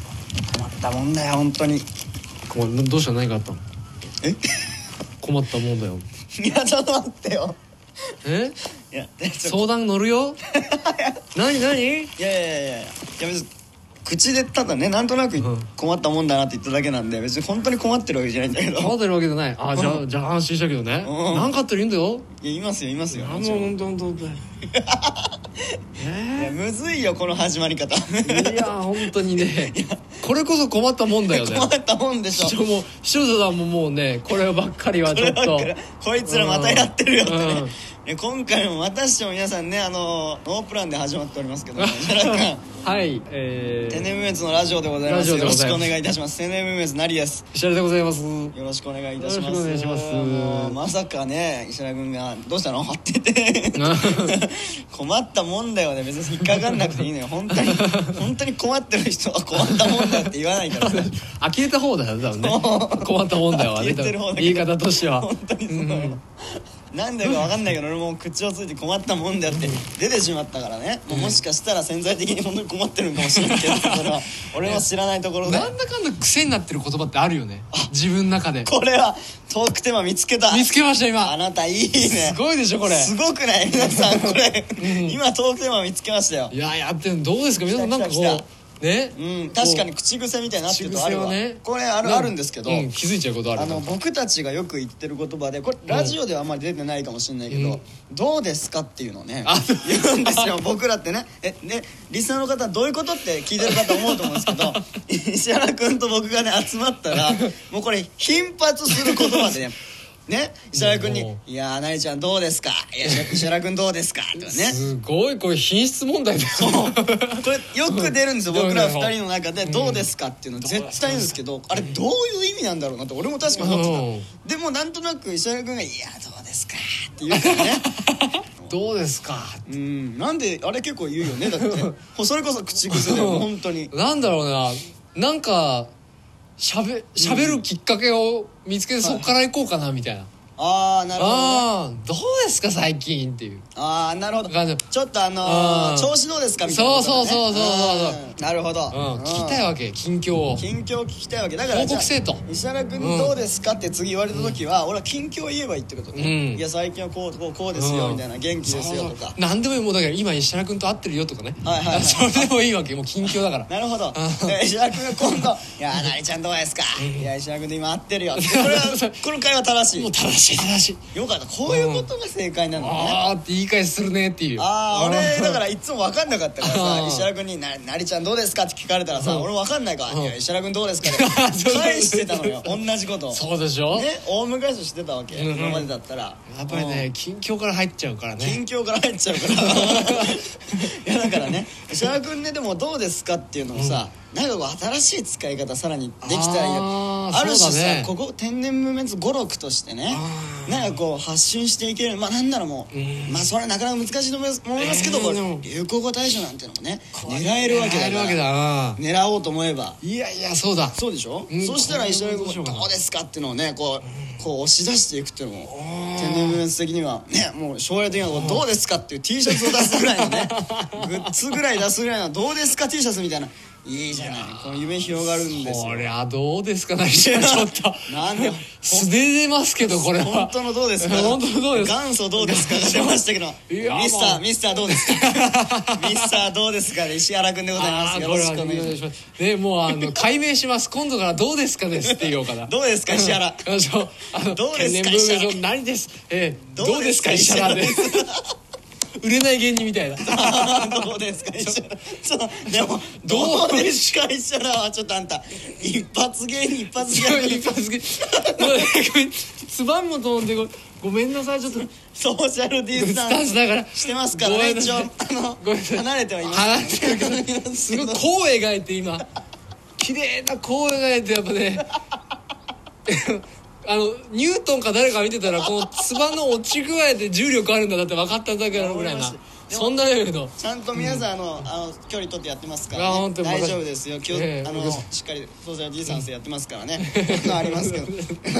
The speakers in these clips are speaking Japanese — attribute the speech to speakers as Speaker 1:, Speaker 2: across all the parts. Speaker 1: ったもんだよ本当にい
Speaker 2: 困るどうした何かあったの
Speaker 1: え
Speaker 2: 困ったもんだよ
Speaker 1: やちょっと待ってよ
Speaker 2: え
Speaker 1: いやちょ
Speaker 2: 相談乗るよ何 何
Speaker 1: いやいやいやいやいや別に口でただねなんとなく
Speaker 2: うん
Speaker 1: 困ったもんだなって言っただけなんで別に本当に困ってるわけじゃないんだけど
Speaker 2: 困ってるわけじゃないあじゃあじゃあ安心したけどね
Speaker 1: うん
Speaker 2: 何かあってるんだよ
Speaker 1: いやいますよいますよ
Speaker 2: あ
Speaker 1: もちろん
Speaker 2: のどんどんどん
Speaker 1: いや
Speaker 2: え
Speaker 1: むずいよこの始まり方
Speaker 2: ーいや本当にねこれこそ困ったもんだよね
Speaker 1: 困ったもんでし
Speaker 2: 視
Speaker 1: ょ
Speaker 2: 聴も視聴者さんももうねこればっかりはちょっと
Speaker 1: こいつらまたやってるよってね
Speaker 2: うん
Speaker 1: ね今回もまたしても皆さんねあのノープランで始まっておりますけど も
Speaker 2: はいえ
Speaker 1: 天
Speaker 2: ー、
Speaker 1: 然ムーズのラジオでございますよ
Speaker 2: ラジオで
Speaker 1: ろ
Speaker 2: ご
Speaker 1: し
Speaker 2: ざい
Speaker 1: く
Speaker 2: ま
Speaker 1: お
Speaker 2: す
Speaker 1: 願いいたします天然ムーズなりです
Speaker 2: 石原でございます
Speaker 1: よろしくお願いいたします
Speaker 2: よろしくお願いします
Speaker 1: もうまさかね石原君が「どうしたの?」って言って困ったもんだよね別に引っかかんなくていいのよ本当に本当に困ってる人は困ったもんだって言わないからさ
Speaker 2: 呆れた方だよ多分ね困ったもんだよ
Speaker 1: 呆れてる方だけど
Speaker 2: 言い方としては
Speaker 1: 本当にそうなのなんだかわかんないけど俺も口をついて困ったもんだよって出てしまったからねもうもしかしたら潜在的に本当に困ってるのかもしれないけどそれは俺の知らないところで
Speaker 2: なんだかんだ癖になってる言葉ってあるよね自分の中で
Speaker 1: これはトークテーマ見つけた
Speaker 2: 見つけました
Speaker 1: あ
Speaker 2: 今
Speaker 1: なたいいね
Speaker 2: すごいでしょこれ
Speaker 1: すごくない皆さんこれ今トークテーマ見つけましたよ
Speaker 2: いややってんのどうですか皆さんなんかこ
Speaker 1: 来た来
Speaker 2: うね
Speaker 1: うん確かに口癖みたいになってる
Speaker 2: 口
Speaker 1: とあ
Speaker 2: 癖
Speaker 1: るわ
Speaker 2: をね
Speaker 1: これあるあるんですけど
Speaker 2: う気づいちゃうことある
Speaker 1: あの僕たちがよく言ってる言葉でこれラジオではあんまり出てないかもしれないけど、どうですかっていうのをね
Speaker 2: あ
Speaker 1: 言うんですよ 僕らってねえでリスナーの方はどういうことって聞いてる方思うと思うんですけ ど石原君と僕がね集まったらもうこれ頻発する言葉 でねね石原君に
Speaker 2: も
Speaker 1: 「いやーなりちゃんどうですか?」いや「石原君どうですか?」とかね
Speaker 2: すごいこれ品質問題だよ
Speaker 1: これよく出るんですよ僕ら二人の中で「
Speaker 2: うん
Speaker 1: どうですか?」っていうの絶対言うんですけどあれどういう意味なんだろうなって俺も確かに思ってたでもなんとなく石原君が「いやどうですか?」って言うから ね
Speaker 2: どうですか
Speaker 1: うんなんであれ結構言うよねだ ってもうそれこそ口癖で本当に
Speaker 2: なんだろうななんかしゃべしゃべるきっかけを見つけてそこから行こうかなみたいな、
Speaker 1: ああなるほどね
Speaker 2: ああどうですか最近っていう
Speaker 1: ああなるほど
Speaker 2: 感じ
Speaker 1: ちょっとあ
Speaker 2: う
Speaker 1: のー
Speaker 2: ん
Speaker 1: 調子どうですかみたいなことだね
Speaker 2: そうそうそうそうそう
Speaker 1: うんなるほど
Speaker 2: うん聞きたいわけ近況を
Speaker 1: 近況聞きたいわけだから
Speaker 2: 報告せえと
Speaker 1: 石原君にどうですかって次言われた時は、俺は近況を言えばいいってことね、
Speaker 2: うん
Speaker 1: いや最近はこうこうこうですよ、
Speaker 2: うん
Speaker 1: みたいな元気ですよと
Speaker 2: そう
Speaker 1: か
Speaker 2: そう何でもいいもうだから今石原君と会ってるよとかね、
Speaker 1: はいはいはい
Speaker 2: それでもいいわけもう近況だから
Speaker 1: なるほど
Speaker 2: うん
Speaker 1: で石原君が今度「いやなりちゃんどうですかいや石原君と今会ってるよ」これはこの会話正し
Speaker 2: もう
Speaker 1: い
Speaker 2: 正しい正しい
Speaker 1: よかったこういうことが正解なのね、
Speaker 2: ああって言い返しするねっていう
Speaker 1: ああ俺だかららいつも分かんなかったから
Speaker 2: う
Speaker 1: さ
Speaker 2: ん
Speaker 1: 石原君にな「なりちゃんどうですか?」って聞かれたらさ、
Speaker 2: うん
Speaker 1: 俺分かんないから「
Speaker 2: うん
Speaker 1: いや石原君どうですか?」って返してたのよ同じことを
Speaker 2: そうでしょ、
Speaker 1: ね大昔してたわけ、
Speaker 2: うんうん
Speaker 1: 今までだったら
Speaker 2: やっぱりね近況から入っちゃうからね
Speaker 1: 近況から入っちゃうから いやだからね石原君ねでもどうですかっていうのをさ、なんかこう新しい使い方さらにできたらいい
Speaker 2: あ
Speaker 1: あ
Speaker 2: ー
Speaker 1: るし
Speaker 2: そう
Speaker 1: さ、
Speaker 2: だね
Speaker 1: ここ天然無滅語録としてね
Speaker 2: あー
Speaker 1: なんかこう発信していけるまあなんならもう、
Speaker 2: うん
Speaker 1: まあそれはなかなか難しいと思います思いますけど、
Speaker 2: えー
Speaker 1: これ
Speaker 2: でも
Speaker 1: 流行語大賞なんてのもね狙えるわけだ
Speaker 2: 狙える
Speaker 1: か
Speaker 2: わけ
Speaker 1: ら
Speaker 2: だな
Speaker 1: 狙おうと思えば
Speaker 2: いやいやそうだ
Speaker 1: そうでしょ、
Speaker 2: うん
Speaker 1: そしたら石原
Speaker 2: どうし
Speaker 1: 君
Speaker 2: ようか
Speaker 1: が
Speaker 2: な
Speaker 1: どうですかっていうのをねこうこう押し出していくっていうのも
Speaker 2: あー
Speaker 1: 天然物的にはねもう将来的にはこうどうですかっていう T シャツを出すぐらいの ねグッズぐらい出すぐらいのどうですか T シャツみたいないいじゃないこの夢広がるんですよ
Speaker 2: こりゃどうですかなり ちゃんちょっと
Speaker 1: なんで
Speaker 2: 素手出ますけどこれは
Speaker 1: 本当のどうですか
Speaker 2: 本当のどうですか
Speaker 1: 元祖どうですかが出ましたけど
Speaker 2: い や
Speaker 1: ミスタ
Speaker 2: も
Speaker 1: ー
Speaker 2: う
Speaker 1: ミスターどうですか ミスターどうですかで石原君でございますよろしくお願いします
Speaker 2: ますねもうあの解明します今度からどうですかですって言おうかな
Speaker 1: どうですか石原
Speaker 2: うんそうあの
Speaker 1: どうですか
Speaker 2: 天然文
Speaker 1: 石
Speaker 2: 明
Speaker 1: 原
Speaker 2: の何ですえー
Speaker 1: ど
Speaker 2: ど
Speaker 1: う
Speaker 2: う
Speaker 1: で
Speaker 2: ですす
Speaker 1: か
Speaker 2: か石原で
Speaker 1: 石原
Speaker 2: 売れない芸人みたいな
Speaker 1: どうですか石原ちょっとでもど
Speaker 2: ど
Speaker 1: う
Speaker 2: う
Speaker 1: ですか石原はちょっとあんた一発芸人一発芸人
Speaker 2: 一発好きつばんもとんでご ごめんなさいちょっと
Speaker 1: ソーシャルディス
Speaker 2: ス
Speaker 1: タ
Speaker 2: タ
Speaker 1: ン
Speaker 2: ン
Speaker 1: ス
Speaker 2: スだから
Speaker 1: してますから
Speaker 2: ご
Speaker 1: ね
Speaker 2: めんな
Speaker 1: 一応
Speaker 2: さ
Speaker 1: あ
Speaker 2: い
Speaker 1: の
Speaker 2: ごめんなさい
Speaker 1: 離れてはいます
Speaker 2: 離れてるけどすごい弧を描いて今綺麗な弧を描いてやっぱね あのニュートンか誰か見てたらこのつばの落ち具合で重力あるんだなって分かったんだけどぐらいな
Speaker 1: でも
Speaker 2: そんなレベルの
Speaker 1: ちゃんと皆さん、あのあの距離取ってやってますか
Speaker 2: いや
Speaker 1: ら、
Speaker 2: 本
Speaker 1: ね、
Speaker 2: 当
Speaker 1: 大
Speaker 2: に任せ
Speaker 1: 丈夫ですよ気を、
Speaker 2: ええ
Speaker 1: あの
Speaker 2: 任せ
Speaker 1: しっかり当然 D さん生やってますからねありますけ ど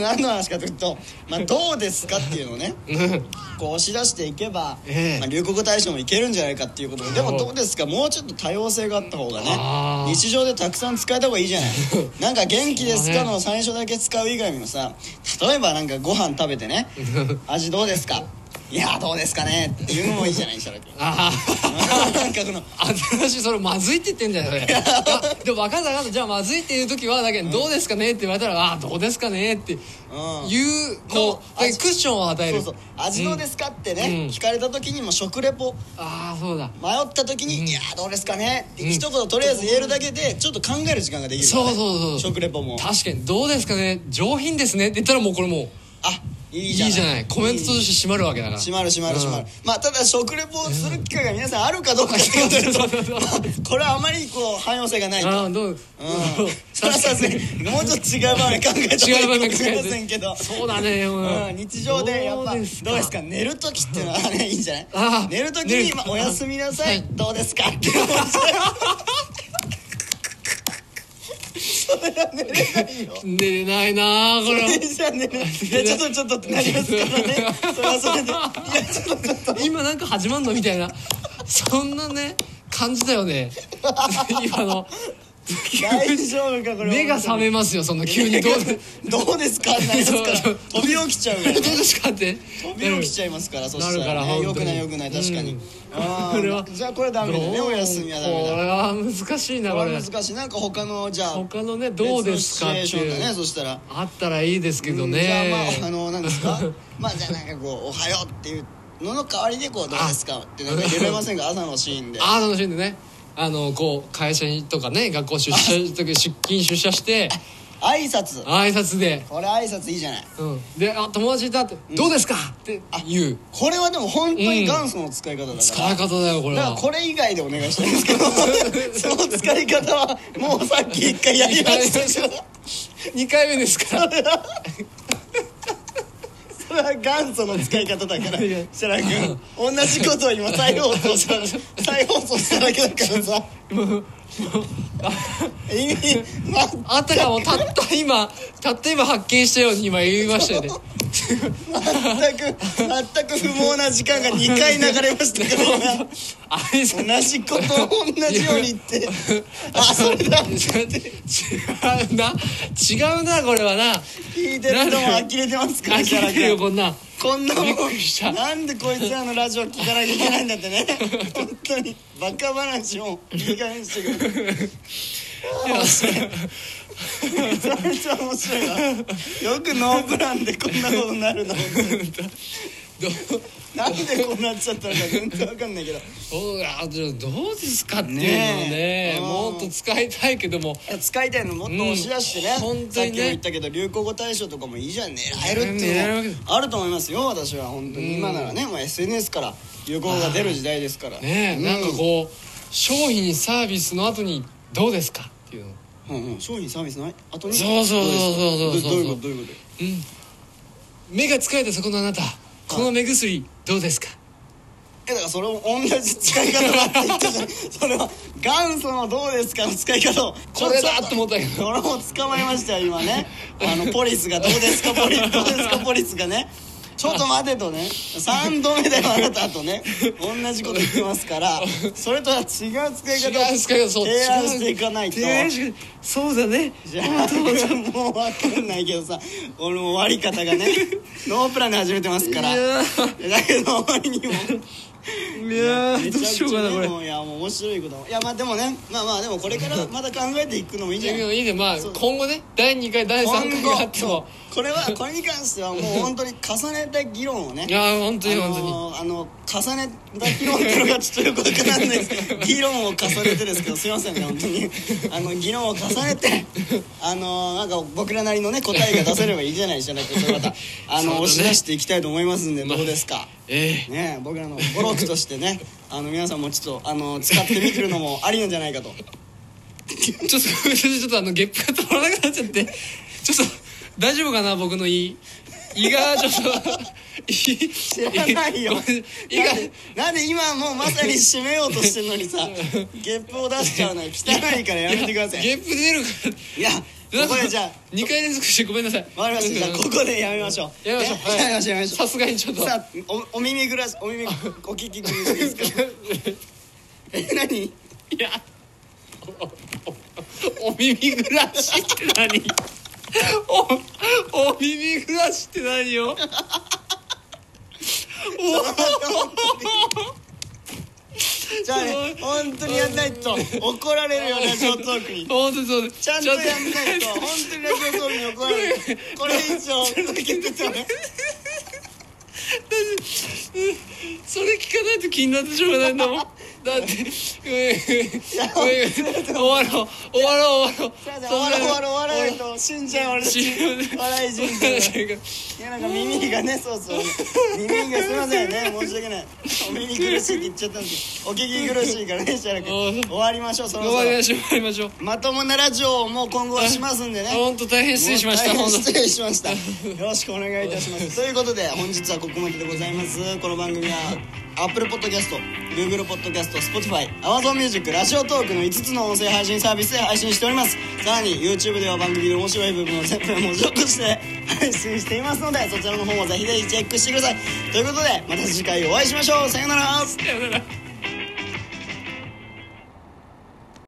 Speaker 1: 何の話かというと、まあ、どうですかっていうのを ねこう押し出していけば、
Speaker 2: ええ
Speaker 1: まあ、流行語大賞もいけるんじゃないかっていうことででもどうですかもうちょっと多様性があった方が
Speaker 2: あ
Speaker 1: ね
Speaker 2: ー
Speaker 1: 日常でたくさん使えた方がいい じゃないなんか「元気です
Speaker 2: そう
Speaker 1: か?」
Speaker 2: ね
Speaker 1: の最初だけ使う以外にもさ例えばなんかご飯食べて ね「味どうですか?」いやどうですかねっていうのもいいじゃない石原君
Speaker 2: ああ
Speaker 1: なんかこの
Speaker 2: 新しいそれまずいって言ってんだ よねいやでも分かった分かったじゃあまずいっていう時はだけど「どうですかね?」って言われたら「ああどうですかね?」っていうこうだけどクッションを与え
Speaker 1: そ
Speaker 2: る
Speaker 1: うそう味どうですかってね、
Speaker 2: うん
Speaker 1: 聞かれた時にも食レポ
Speaker 2: ああそうだ
Speaker 1: 迷った時に「いやーどうですかね」って一言とりあえず言えるだけでちょっと考える時間ができるからね、
Speaker 2: そうそうそう
Speaker 1: 食レポも
Speaker 2: 確かに「どうですかね上品ですね」って言ったらもうこれも
Speaker 1: あいう
Speaker 2: い
Speaker 1: い
Speaker 2: い
Speaker 1: じ
Speaker 2: じ
Speaker 1: ゃ
Speaker 2: ゃ
Speaker 1: な
Speaker 2: ないいコメントとして締まるわけだから
Speaker 1: 閉まる閉まる閉まる、
Speaker 2: うん
Speaker 1: まあただ食レポをする機会が皆さんあるかどうかってことです
Speaker 2: そうそうそう
Speaker 1: これはあまりこう汎用性がないと
Speaker 2: ああどう
Speaker 1: うん、それは
Speaker 2: 確
Speaker 1: さ
Speaker 2: か
Speaker 1: すが
Speaker 2: に
Speaker 1: にもうちょっと違う場面考えた
Speaker 2: 違
Speaker 1: 方
Speaker 2: う場
Speaker 1: がい
Speaker 2: 面
Speaker 1: いかもしれませんけど
Speaker 2: そうだねうん
Speaker 1: うん、日常でやっぱどうですか寝る時っていうのはねいいんじゃない
Speaker 2: あー
Speaker 1: 寝る時
Speaker 2: 寝
Speaker 1: に
Speaker 2: る
Speaker 1: 今「おやすみなさい、
Speaker 2: はい
Speaker 1: どうですか?」って思っちゃうそれは寝れないよ
Speaker 2: 寝れないなあこれは
Speaker 1: じゃあ寝れないいやちょっとちょっとってなりますからねそれはそれでいやちょっとちょっと
Speaker 2: 今なんか始まんのみたいなそんなね感じだよね 今の
Speaker 1: 大丈夫かこれ
Speaker 2: 目が覚めますよその急にどうで
Speaker 1: どうですかってなりますから
Speaker 2: そう
Speaker 1: 飛び起きちゃうから
Speaker 2: どう
Speaker 1: ね
Speaker 2: ですかって
Speaker 1: 飛び起きちゃいますからそしたら
Speaker 2: なるから
Speaker 1: ね
Speaker 2: 本当
Speaker 1: よくない
Speaker 2: に
Speaker 1: よくない確か
Speaker 2: う
Speaker 1: に
Speaker 2: ん
Speaker 1: あー
Speaker 2: これは
Speaker 1: じゃあこれダメだねお休みはダメだ
Speaker 2: これは難しいな
Speaker 1: こ
Speaker 2: こ
Speaker 1: れ
Speaker 2: れ
Speaker 1: 難しいなんか他のじゃあ
Speaker 2: 他のねどうですかっ
Speaker 1: 別
Speaker 2: て
Speaker 1: のシチュエーションだ
Speaker 2: い
Speaker 1: ね
Speaker 2: う
Speaker 1: そしたら
Speaker 2: あったらいいですけど
Speaker 1: じゃあ
Speaker 2: ね
Speaker 1: まああの何ですか まあじゃあなんかこう「おはよう」っていうのの代わりでこう「どうですか?」ってなんか言えません か朝のシーンで
Speaker 2: ああ楽しんでねあのこう会社にとかね学校出社 とか出勤出社して
Speaker 1: 挨拶
Speaker 2: 挨拶で、
Speaker 1: これ挨拶いいじゃない
Speaker 2: うん、であ友達いたって、どうですかって言う
Speaker 1: これはでも本当に元祖の使い方だから
Speaker 2: 使い方だよこれ
Speaker 1: だから
Speaker 2: は
Speaker 1: これ以外でお願いしたいんですけどそ の使い方はもうさっき一回やりましたけど
Speaker 2: 2回目ですから
Speaker 1: それは元祖の使い方だから
Speaker 2: いや
Speaker 1: 設楽君同じことを今再放送 した再放送しただけだからさ意味全
Speaker 2: あたかもたった今たった今発見したように今言いま したよね
Speaker 1: く全く不毛な時間が2回流れましたけど
Speaker 2: あれさ
Speaker 1: 同じことを同じように言ってあそれだ
Speaker 2: 違うな違うなこれはな
Speaker 1: 聞いてるのも呆れてます から
Speaker 2: 飽
Speaker 1: 設
Speaker 2: き
Speaker 1: 楽
Speaker 2: てる
Speaker 1: 君
Speaker 2: よこんな
Speaker 1: こんなもん
Speaker 2: びっくりした
Speaker 1: なんでこいつらのラジオ聞かなきゃいけないんだってね本当にバカ話もいい加減にしてくれめちゃめちゃ面白いなよくノープランでこんなことになるの
Speaker 2: どう
Speaker 1: なんでこうなっちゃったのか全然わかんないけどい
Speaker 2: そうあじゃあどうですかっていうのを
Speaker 1: ねえ
Speaker 2: ねもっと使いたいけども
Speaker 1: や使いたいのもっと押し出して
Speaker 2: うん
Speaker 1: ね,、
Speaker 2: 本
Speaker 1: さ
Speaker 2: 当
Speaker 1: っき
Speaker 2: にね
Speaker 1: も言ったけど流行語大賞とかもいいじゃん狙えるっていうのもあると思いますよ私は本当に今ならね、まあ、SNS から流行語が出る時代ですから
Speaker 2: ねえなんかこう商品サービスの後にどうですかっていうの
Speaker 1: うん、うんうん、商品サービスないあとに
Speaker 2: そうそうそう
Speaker 1: どですか
Speaker 2: そ
Speaker 1: どどうい
Speaker 2: うそうそうそう
Speaker 1: うことどういうこと
Speaker 2: 目が疲れたそこのあなたこの目薬どうですか
Speaker 1: えだからそれも同じ使い方だって言ったじゃんそれは元祖のどうですかの使い方を
Speaker 2: これだと思 ったけど
Speaker 1: これも捕まえましたよ今ねあのポリスがどうですかポリどうですかポリスがねちょっと待てとね3度目だよあなたとね同じこと言ってますからそれとは違う使い方
Speaker 2: 違
Speaker 1: を
Speaker 2: う使い方そう
Speaker 1: 提案
Speaker 2: 違う
Speaker 1: していかないと
Speaker 2: 提案してそうだね
Speaker 1: じゃあもう分かんないけどさ俺も終わり方がねノープランで始めてますから
Speaker 2: いや
Speaker 1: だけど終わりにも
Speaker 2: いやーどうしようかなこれ
Speaker 1: めちゃくちゃねもういやもう面白いこともいやまあでもねまあまあでもこれからまだ考えていくのもいいんじゃない
Speaker 2: いいねまあ
Speaker 1: そう
Speaker 2: 今後ね第2回第3
Speaker 1: 今
Speaker 2: 回があって
Speaker 1: 後
Speaker 2: も
Speaker 1: これはこれに関してはもう本当に重ねた議論をね
Speaker 2: いやー本当に
Speaker 1: あ
Speaker 2: 本当に、
Speaker 1: のーあの重ねた議論っていうのがちょっとよくわからないですけど議論を重ねてですけどすいませんね本当にあの議論を重ね てあのーなんか僕らなりのね答えが出せればいいじゃないじゃなくてそれまたあ
Speaker 2: そうだ
Speaker 1: の、
Speaker 2: ね
Speaker 1: 押し出していきたいと思いますんでどうですか、
Speaker 2: ええ
Speaker 1: ね僕らの語録としてねあの皆さんもちょっとあの使ってみるのもありなんじゃないかと
Speaker 2: ちょっと ごめんなさいちょっとあのゲップが止まらなくなっちゃってちょっと大丈夫かな僕の胃胃がちょっと 知
Speaker 1: 知らない よ
Speaker 2: 以外
Speaker 1: なんで今もうまさに締めようとしてるのにさゲップを出しちゃうのは汚いからやめてください
Speaker 2: ゲップ出るか
Speaker 1: いや
Speaker 2: ら
Speaker 1: ここでじゃあ
Speaker 2: 2回連続してごめんなさい
Speaker 1: わかりましたじゃあここでやめましょう
Speaker 2: やめましょう
Speaker 1: ね
Speaker 2: はい
Speaker 1: やめましょうやめましょ
Speaker 2: さすがにちょっ
Speaker 1: う
Speaker 2: と
Speaker 1: さあおお耳ぐらしお耳お聞き苦しい ですかえ何
Speaker 2: いやおおお耳暮らしって何おお耳暮らしって何よ
Speaker 1: じゃあね本当にやんないと怒られるよラジオトークに
Speaker 2: 本当にそう
Speaker 1: ちゃんとやんないと本当にラジオトークに怒られるこれ以上続けてたらね
Speaker 2: それ聞かないと気になってしょうがないんだもんだって終わろう終わろう終わろう
Speaker 1: じゃあじゃあ終わろう終わろう終わらないと死んじゃう俺たち笑い人生 がいやなんか耳がねそうそう耳がすいませんね申し訳ないお耳苦しいって言っちゃったんですけどお聞き苦しいからねしらく
Speaker 2: うん
Speaker 1: 終わりましょうそろ
Speaker 2: 終
Speaker 1: そ
Speaker 2: わり
Speaker 1: ろ
Speaker 2: ましょう終わりましょう
Speaker 1: まともなラジオをもう今後はしますんでね
Speaker 2: 本当大変失礼しました
Speaker 1: もう大
Speaker 2: 本
Speaker 1: 変
Speaker 2: 当
Speaker 1: 失礼しましたよろしくお願いいたしますということで本日はここまででございますこの番組は Apple Podcast Google Podcast Spotify Amazon Music ラジオトークの5つの音声配信サービスで配信しておりますさらに YouTube では番組の面白い部分を全部文字起こして配信していますのでそちらの方もぜひぜひチェックしてくださいということでまた次回お会いしましょうさようなら
Speaker 2: さよなら